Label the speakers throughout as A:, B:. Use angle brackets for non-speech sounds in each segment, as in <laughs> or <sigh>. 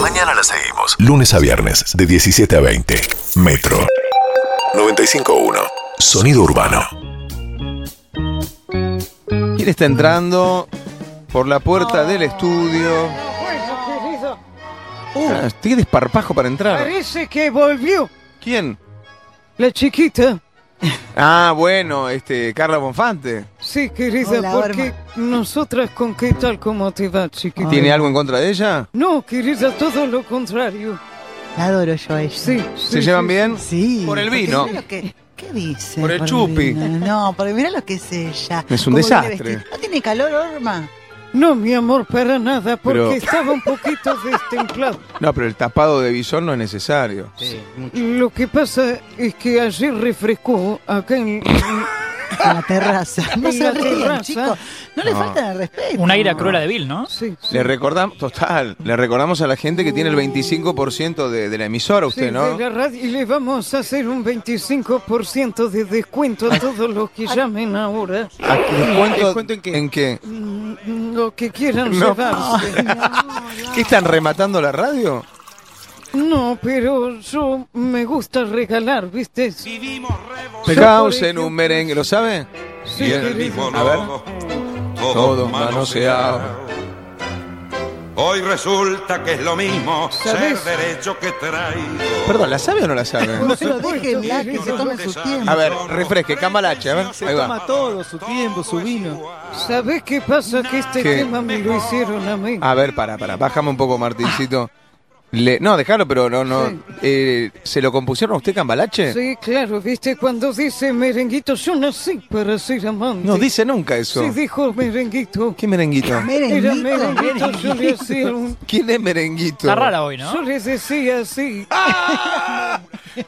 A: Mañana la seguimos. Lunes a viernes, de 17 a 20. Metro. 95.1. Sonido urbano.
B: ¿Quién está entrando por la
C: Ah.
B: puerta del estudio?
C: Uh.
B: Ah, estoy desparpajo para entrar.
C: Parece que volvió
B: ¿Quién?
C: la chiquita.
B: Ah, bueno, este, Carla Bonfante.
C: Sí, querida,
D: Hola,
C: porque nosotras con qué tal como te va, chiquita.
B: ¿Tiene algo en contra de ella?
C: No, querida, todo lo contrario.
D: La adoro yo a ella.
C: Sí.
B: ¿Se
C: sí,
B: llevan
C: sí,
B: bien?
D: Sí.
B: Por el
D: porque
B: vino.
D: mirá lo que- ¿Qué dice?
B: Por el chupi.
D: vino. No, porque mira lo que es ella.
B: Es un
D: Cómo viene
B: desastre.
D: vestida. ¿No tiene calor, Orma?
C: No, mi amor, para nada, porque
B: Pero-
C: estaba un
B: <laughs>
C: poquito destemplado.
B: No, pero el tapado de bisón no es necesario.
C: Lo que pasa es que ayer refrescó acá en...
D: En la terraza. No
C: En
D: se
C: la
D: ríen,
C: terraza.
D: chicos. No le
B: No.
D: faltan el respeto.
E: Un aire a Cruella de Vil, ¿no?
C: Sí, sí.
B: Le recordamos, total, le recordamos a la gente que tiene el 25% de, de la emisora
C: Sí,
B: usted, ¿no?
C: de la radio, y le vamos a hacer un 25% de descuento
B: <laughs>
C: a todos los que llamen ahora.
B: ¿A qué descuento- en qué?
C: Mm, Lo que quieran
B: No. <laughs>
C: llevarse.
B: ¿Qué están rematando la radio?
C: No, pero yo me gusta regalar, ¿viste?
B: Causen un merengue, ¿lo sabe?
C: Sí,
B: Bien.
C: querido.
B: A ver. Todo
F: todo
B: manoseado.
F: manoseado. Hoy resulta que es lo mismo
C: ¿Sabés?
F: ser derecho que traído.
B: Perdón, ¿la sabe o no la
C: <laughs>
B: sabe?
D: No se lo dejen, la que se tomen su tiempo.
B: A ver, refresque, cambalache, a ver, ahí va.
G: todo, su tiempo, su vino.
C: ¿Sabés qué pasa? Que este
B: ¿Qué? Ah,
C: tema me lo hicieron a mí.
B: A ver, para, para, bájame un poco, Martincito. Le- no, déjalo, pero no, no.
C: Sí.
B: eh, ¿Se lo compusieron a usted, Cambalache?
C: Sí, claro, ¿viste? Cuando dice merenguito, yo nací para ser amante.
B: No dice nunca eso.
C: Sí, dijo merenguito.
B: ¿Qué merenguito?
C: Era
D: Merenguito.
C: merenguito, yo le hacía un-
B: ¿Quién es merenguito?
E: Está rara hoy, ¿no?
C: Yo les decía así.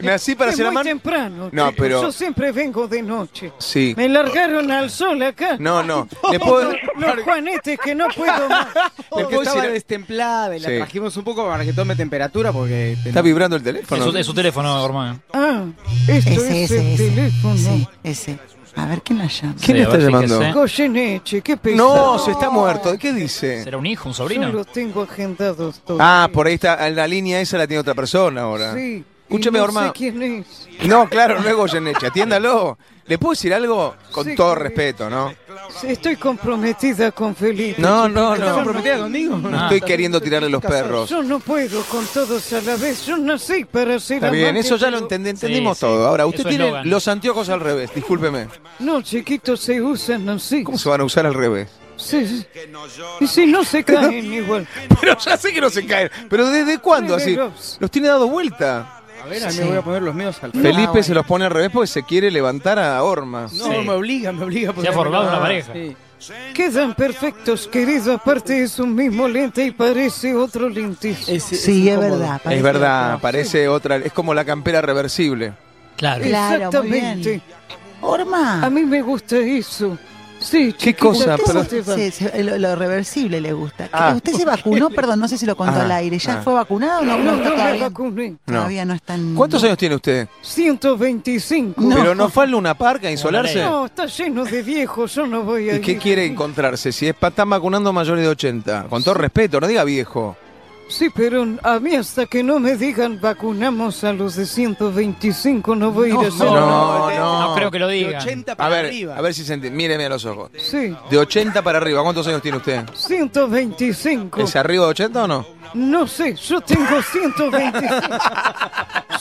B: Nací Ah, para
C: Es
B: ser
C: muy
B: amante.
C: temprano.
B: No,
C: chicos,
B: pero-
C: Yo siempre vengo de noche.
B: Sí.
C: Me largaron al sol acá.
B: No, no. ¿Le puedo,
C: Los juanetes que no puedo
B: <laughs>
C: más.
B: le
G: Porque
B: puedo
G: estaba
B: decir-
G: destemplada y la
B: Sí.
G: trajimos un poco para que tome temperatura porque...
B: Está vibrando el teléfono.
E: Es su, es su teléfono, hermano.
C: Ah, esto
D: Ese,
C: es el
D: ese, ese.
C: teléfono.
D: Sí, ese. A ver, ¿quién la llama?
B: ¿Quién
E: Sí,
B: está
E: a ver, fíjese.
B: llamando?
C: Goyeneche, qué pesado.
B: ¿Eh? No, se está muerto. ¿Qué dice?
E: ¿Será un hijo, un
C: Yo
E: sobrino?
C: los tengo agendados todos.
B: Ah, por ahí está. en La línea esa la tiene otra persona ahora.
C: Sí. y
B: Escúcheme,
C: no
B: Orma.
C: sé quién es.
B: No, claro, no es Goyeneche. Atiéndalo. ¿Le puedo decir algo? Con
C: Sí,
B: todo
C: que-
B: respeto, ¿no?
C: Estoy comprometida con Felipe.
B: No, no,
G: ¿Estás
B: no.
G: comprometida conmigo?
B: No estoy queriendo tirarle los perros.
C: Yo no puedo con todos a la vez. Yo nací para ser
B: Está bien,
C: amante,
B: eso ya lo
C: pero-
B: entendí- entendimos
E: sí.
B: todo. Ahora, usted
E: Eso es
B: tiene
E: Logan.
B: los anteojos al revés, discúlpeme.
C: No, chiquitos, se usan así.
B: ¿Cómo se van a usar al revés? <laughs>
C: Sí, sí. Y si no se caen igual.
B: Pero ya sé que no se caen. ¿Pero desde cuándo así?
C: Reveros.
B: Los tiene dado vuelta.
G: A ver, a mí me voy a poner los míos al frente.
B: Felipe se los pone al revés porque se quiere levantar a Orma.
G: No,
E: Sí.
G: me obliga, me obliga. a
E: Se ha
G: ponerme-
E: formado una
G: Ah,
E: pareja.
G: sí.
C: Quedan perfectos, querido. Aparte es un mismo lente y parece otro lentísimo.
G: Es-
D: Sí, es
G: incómodo.
D: verdad.
B: Es
D: parece
B: verdad,
D: otra.
B: parece otra. Es como la campera reversible.
E: Claro.
D: Claro, muy bien.
C: Exactamente. A
D: Orma.
C: mí me gusta eso. Sí, chiquita,
B: cosa?
C: ¿cómo
B: Pero-
C: te va?
D: Sí, sí, lo, lo reversible le gusta.
B: Ah.
D: ¿Usted
B: <laughs>
D: se vacunó? Perdón, no sé si lo contó
B: Ah,
D: al aire. ¿Ya
B: ah.
D: fue vacunado? No,
C: No, no me
D: todavía,
C: vacuné.
B: No.
D: todavía no están.
B: ¿Cuántos años tiene usted?
C: 125.
D: No.
B: Pero no fue a una parca a insolarse.
C: No, está lleno de viejos, yo no voy a
B: ¿Y qué
C: ir.
B: quiere encontrarse? Si es pa- están vacunando mayores de 80. Con todo respeto, no diga viejo.
C: Sí, pero a mí hasta que no me digan vacunamos a los de 125 no voy a ir a hacer...
B: No, no,
E: No creo que lo
G: De
E: diga.
G: 80 para
B: A ver,
G: arriba.
B: a ver si se entiende. Míreme a los ojos.
C: Sí,
B: De 80 para arriba, ¿cuántos años tiene usted?
C: 125.
B: ¿Es arriba de 80 o no?
C: No sé, yo tengo 125.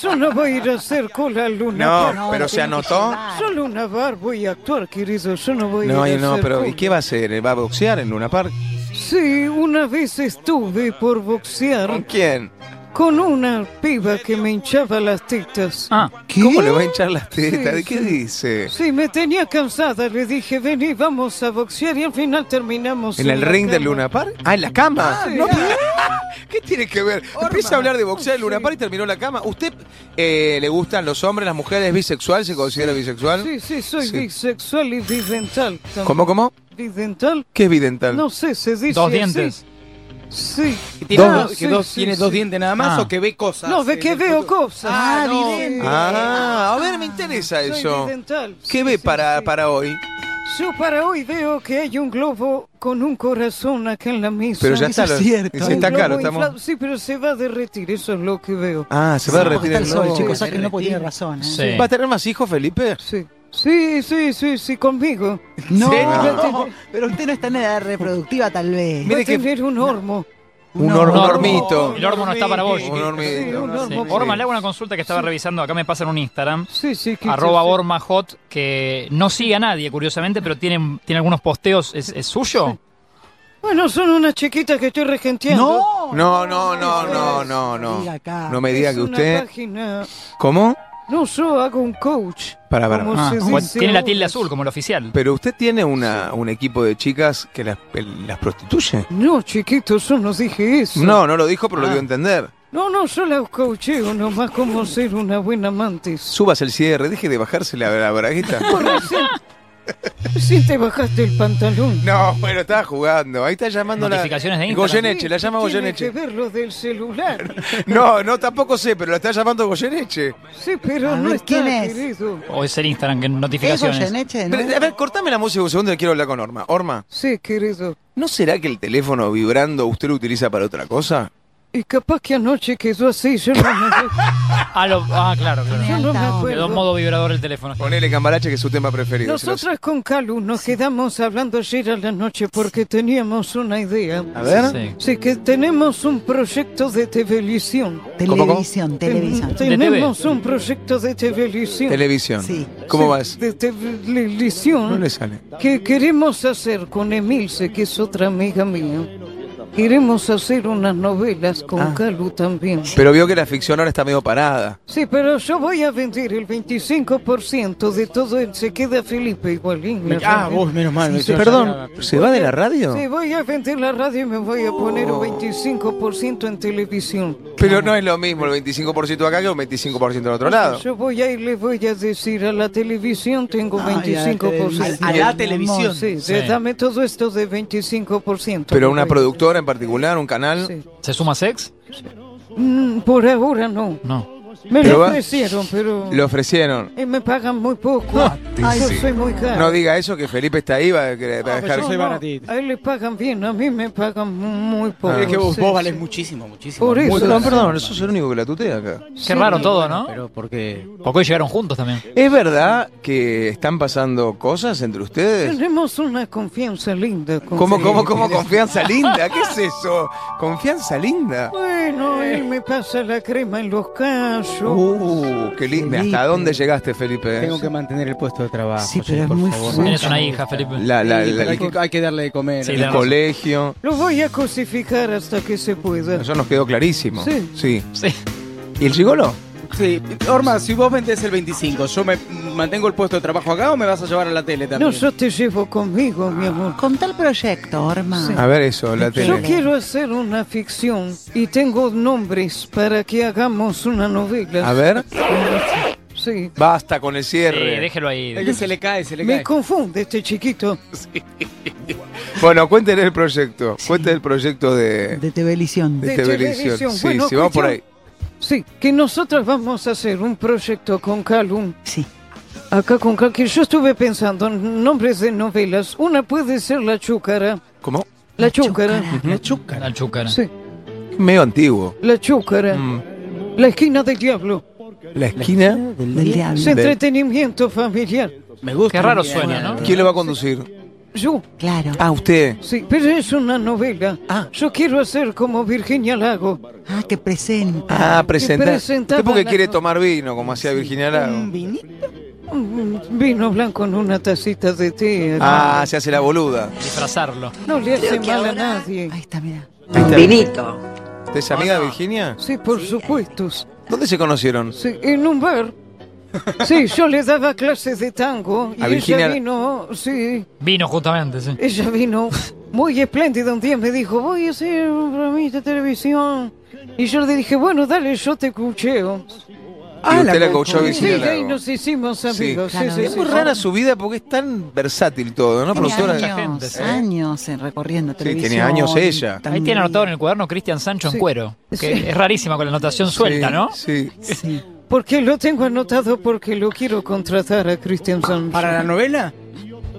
C: yo no voy a ir a hacer cola al Luna Park.
B: No,
D: No,
B: pero
D: lo
B: se
D: tiene que
B: anotó.
D: llevar.
C: Solo una bar voy a actuar, querido. Yo no voy
B: No,
C: a
B: y
C: ir a
B: no,
C: hacer
B: pero ¿y
C: cola.
B: qué va a hacer? ¿Va a boxear en Luna Park?
C: Sí, una vez estuve por
B: ¿Con
C: boxear
B: quién?
C: con una piba que me hinchaba las tetas.
E: Ah,
B: ¿Cómo le va a hinchar las tetas?
C: Sí,
B: ¿De qué
C: sí.
B: dice?
C: Sí, me tenía cansada. Le dije, vení, vamos a boxear. Y al final terminamos.
B: ¿En el
C: la
B: ring de
C: cama.
B: Luna Park? Ah, en la cama.
C: Ah,
B: No,
C: mirá.
B: <laughs> ¿Qué tiene que ver? Empieza a hablar de boxear en Luna Park y terminó la cama. ¿Usted eh, le gustan los hombres, las mujeres, es bisexual? ¿Se considera bisexual?
C: Sí, sí, soy
B: Sí.
C: bisexual y bidental. también.
B: ¿Cómo, cómo?
C: ¿Bidental?
B: ¿Qué es bidental?
C: No sé, se dice
E: dos
C: así.
E: dientes.
C: Sí.
G: Que ¿Tiene,
C: Dos.
G: dos, que dos-
C: Ah, Sí,
G: tiene
C: sí,
G: dos
C: sí.
G: dientes nada más
E: Ah.
G: o que ve cosas?
C: No, ve
G: eh,
C: que
G: del
C: veo
G: futuro?
C: cosas.
G: Ah, no.
C: Sí.
D: vidente.
B: Ah, a ver, me interesa
C: Soy
B: eso.
C: bidental.
B: ¿Qué
C: Sí,
B: ve
C: sí,
B: para,
C: sí.
B: para hoy?
C: Yo para hoy veo que hay un globo con un corazón acá en la mesa.
B: Pero ya está.
D: es
B: lo-
D: cierto.
B: dice,
C: Un
B: está
C: globo
B: caro. Estamos...
C: inflado- Sí, pero se va a derretir, eso es lo que veo.
B: Ah, se va a derretir el
D: el sol,
B: globo.
D: chicos, que no tiene razón. ¿eh?
E: Sí.
B: ¿Va a tener más hijos, Felipe?
C: Sí. Sí, sí, sí,
B: <laughs>
C: sí, conmigo.
D: No,
B: Sí,
C: no.
D: pero usted no está en edad reproductiva, tal vez.
B: Mire
C: Va a
B: que-
C: tener un hormo.
B: Un,
D: No.
B: hor- un
E: No,
B: hormito.
E: Oh, El hormo no está para
B: Un
E: vos.
C: Sí,
B: hormito.
C: un
E: Sí.
C: hormo.
E: Orma, le hago una consulta que estaba revisando. Acá me pasan un Instagram.
C: Sí, sí. que-
E: Arroba
C: sí, sí.
E: Orma Hot, que no sigue a nadie, curiosamente, pero tiene, tiene algunos posteos. ¿Es, es suyo?
C: Bueno, son unas chiquitas que estoy regenteando.
D: No,
B: No, no, no, no, no,
D: Diga
B: no.
D: acá.
B: No me diga
C: Es
B: que
C: una
B: usted.
C: página-
B: ¿Cómo?
C: No, yo hago un coach.
B: Para, para.
C: Como
E: Ah,
C: se
E: o-
C: dice
E: tiene la
C: ahora.
E: tilde azul como el oficial.
B: Pero usted tiene una, un equipo de chicas que las, el- las prostituye.
C: No, chiquito, yo no dije eso.
B: No, no lo dijo, pero lo
C: Ah.
B: dio a entender.
C: No, no, yo la coacheo nomás como ser una buena amante.
B: Subas el cierre, deje de bajarse la, la bragueta.
C: <laughs> Si te bajaste el pantalón.
B: No, bueno, estaba jugando. Ahí está llamando la.
E: Notificaciones de Instagram.
B: Goyeneche, la llama
C: Tiene que
B: Goyeneche.
C: ver lo
B: <laughs>
C: del celular.
B: No, no, tampoco sé, pero la está llamando Goyeneche.
C: Sí, pero
D: A
C: no
D: ver,
C: está,
D: ¿quién es?
C: querido.
E: O es el Instagram, que
D: ¿Es
E: notificaciones.
D: Goyeneche? ¿no?
B: Pero, eh, a ver, cortame la música un segundo que quiero hablar con Orma. Orma,
C: Sí, querido.
B: ¿no será que el teléfono vibrando usted lo utiliza para otra cosa?
C: Y capaz que anoche quedó así, yo
D: <laughs>
C: no me,
E: Ah, lo- ah, claro, claro.
C: yo no me
D: Alta onda.
E: Quedó en
C: acuerdo.
E: modo vibrador el teléfono.
B: Ponele cambalache que es su tema preferido. se lo-
C: Nosotras con Calu nos quedamos hablando ayer a la noche porque teníamos una idea.
B: A ver.
E: Sí.
C: Sí, que tenemos un proyecto de televisión.
B: ¿Cómo,
D: Televisión, televisión.
C: Ten-
E: De TV.
C: tenemos un proyecto de televisión.
B: Televisión.
D: Sí.
B: ¿Cómo
C: Sí,
B: vas?
C: De
B: No
C: televisión
B: le sale.
C: que queremos hacer con Emilce, que es otra amiga mía. Queremos hacer unas novelas con Calu también.
B: Pero vio que la ficción ahora está medio parada.
C: Sí, pero yo voy a vender el 25% de todo el se queda Felipe igualín. la
G: Ah,
C: radio.
G: vos, menos mal. me- yo
B: Perdón,
G: sabía-
B: ¿se va de la radio?
C: Sí, voy a vender la radio y me voy a poner un 25% en televisión.
B: Pero no es lo mismo el 25% acá que un 25% en otro lado.
C: Yo voy a ir, le voy a decir a la televisión, tengo
D: No,
C: 25%.
D: ya,
H: A la televisión.
C: Sí, de- dame todo esto de 25%.
B: Pero una
C: por favor.
B: productora en particular, un canal.
C: Sí.
E: ¿Se suma sex?
C: Mm, por ahora no.
E: No.
C: Me
B: Pero
C: lo
B: va-
C: ofrecieron, pero
B: Le ofrecieron.
C: eh, me pagan muy poco. yo soy muy caro.
B: Ah, No diga eso que Felipe está ahí, va a querer- va a
G: Ah, pero
B: dejar.
G: yo soy
C: No,
G: baratito.
C: a él le pagan bien, a mí me pagan mu- muy poco.
B: Ah.
G: Es que vos,
C: Sí,
G: vos
C: sí.
G: valés muchísimo, muchísimo.
C: Por eso.
G: Muy-
B: Perdón, perdón, yo soy el único que la tutea acá.
E: Qué raro todo, ¿no?
G: Pero porque...
E: Porque hoy llegaron juntos también.
B: ¿Es verdad que están pasando cosas entre ustedes?
C: Tenemos una confianza linda. con
B: ¿Cómo,
C: Felipe.
B: cómo, cómo? Confianza linda. ¿Qué es eso? Confianza linda.
C: Bueno, él me pasa la crema en los callos.
B: Uh, qué linda. ¿Hasta
D: Felipe.
B: dónde llegaste, Felipe?
G: Tengo que mantener el puesto de trabajo.
D: Sí, pero
G: che,
D: es
G: por
D: muy
G: favor.
D: fuerte.
E: Tienes una hija, Felipe.
B: La, la, la-
G: hay, que, hay que darle de comer.
E: Sí,
B: el
E: la-
B: colegio.
C: Lo voy a cosificar hasta que se pueda.
B: Eso nos quedó clarísimo.
C: Sí.
B: Sí.
E: Sí.
B: ¿Y el gigolo?
G: Sí, Orma, si vos vendés el 25, ¿yo me mantengo el puesto de trabajo acá o me vas a llevar a la tele
C: No,
G: también?
C: yo te llevo conmigo, mi amor.
D: Con tal proyecto, Orma.
C: Sí.
B: A ver eso, la
C: Yo
B: tele.
C: quiero hacer una ficción y tengo nombres para que hagamos una novela.
B: A ver.
C: Sí.
B: Basta con el
E: Sí,
B: cierre.
E: déjelo ahí.
G: Es que se le cae, se le
C: Me
G: cae.
C: confunde este chiquito.
B: Bueno, cuenten el proyecto. Cuenten el proyecto de,
D: De televisión.
B: de
C: de
B: Televisión.
C: televisión.
B: Sí,
C: Bueno,
B: sí, vamos por ahí.
C: Sí, que nosotros vamos a hacer un proyecto con Calum.
D: Sí.
C: Acá con Calum, que yo estuve pensando en nombres de novelas. Una puede ser La Chúcara.
B: ¿Cómo?
C: La, chúcara.
G: La chúcara.
E: Al chúcara.
C: Sí,
B: Medio antiguo.
C: La Chúcara.
B: Mm.
C: La Esquina del Diablo.
B: La esquina.
D: Del diablo.
C: Es entretenimiento familiar.
G: Me gusta.
E: Qué raro
G: Mira,
E: suena, ¿no?
B: ¿Quién lo va a conducir?
C: Yo,
D: Claro.
B: Ah, usted.
C: sí, pero es una novela.
B: Ah.
C: Yo quiero hacer como Virginia Lago.
D: Ah, que presenta.
B: Ah, presentar.
C: presentaba
B: Usted porque
C: la- Mm.
B: quiere tomar vino, como hacía Virginia Lago.
C: Un vino blanco en una tacita de té.
B: Ah, se hace la boluda.
E: Disfrazarlo.
C: hermano. No le hace mal a nadie.
D: Ahí está, mira.
B: Ahí está. ¿Usted es amiga de Virginia?
C: Sí, por supuesto.
B: ¿Dónde se conocieron?
C: Sí, en un bar. Sí, yo le daba clases de tango y
B: A
C: ella
B: Virginia-
C: vino, sí,
E: Vino justamente, sí.
C: ella vino muy espléndida un día me dijo, voy a hacer un programita de televisión. Y yo le dije, bueno, dale, yo te cucheo.
D: Ah,
B: Y usted la coachó a
C: Sí,
B: Virginia
C: ahí
B: Lago.
C: nos hicimos amigos.
D: Sí, claro.
C: sí, sí,
B: Es muy
C: sí.
B: rara su vida porque es tan versátil todo, ¿no,
D: Tiene
B: profesora?
D: años,
E: gente, sí.
D: años eh, recorriendo
B: tiene
D: televisión.
B: años ella.
E: Ahí tiene anotado en el cuaderno Cristian Sancho
C: Sí.
E: en cuero. Que
C: Sí.
E: es rarísima con la anotación suelta,
B: Sí,
E: ¿no?
B: Sí.
D: Sí.
C: Porque lo tengo anotado porque lo quiero contratar a Christian Sancho.
G: ¿Para la novela?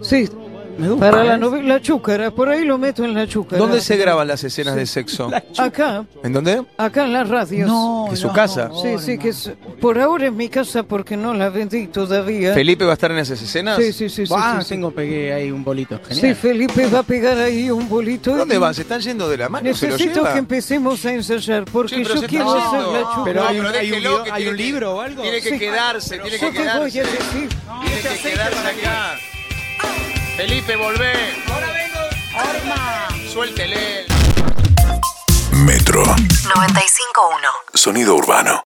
C: Sí,
G: Me gusta.
C: Para la novela Chúcara, por ahí lo meto en la Chúcara.
B: ¿Dónde se graban las escenas de sexo?
C: Acá,
B: ¿En dónde?
C: acá en las radios.
D: No,
B: ¿En su
D: no,
B: casa?
D: no,
C: Sí, sí, que es- por ahora en mi casa porque no la vendí todavía.
B: ¿Felipe va a estar en esas escenas?
C: Sí, sí, sí, sí,
G: Ah,
C: sí, sí.
G: tengo, pegué ahí un bolito.
C: Sí,
G: Genial.
C: Felipe va a pegar ahí un bolito.
B: ¿Dónde
C: y
B: van? ¿Se están yendo de la mano? ¿Se lo
C: Necesito
B: lleva?
C: que empecemos a ensayar porque
B: Sí, pero
C: yo
B: se
C: quiero
B: está
C: hacer
B: yendo.
C: la
B: No,
C: chúcara.
G: Pero
B: no,
G: hay un- hay un
B: déjelo
G: guión- hay
B: tiene
G: un
B: que-
G: libro o algo.
B: Tiene que
C: Sí.
B: quedarse, tiene
C: Yo
B: que
C: te voy a
B: quedarse.
C: decir.
B: Tiene que quedarse acá. Felipe, volvé. Ahora vengo. Orma. Suéltele.
A: Metro.
H: 95.1.
A: Sonido urbano.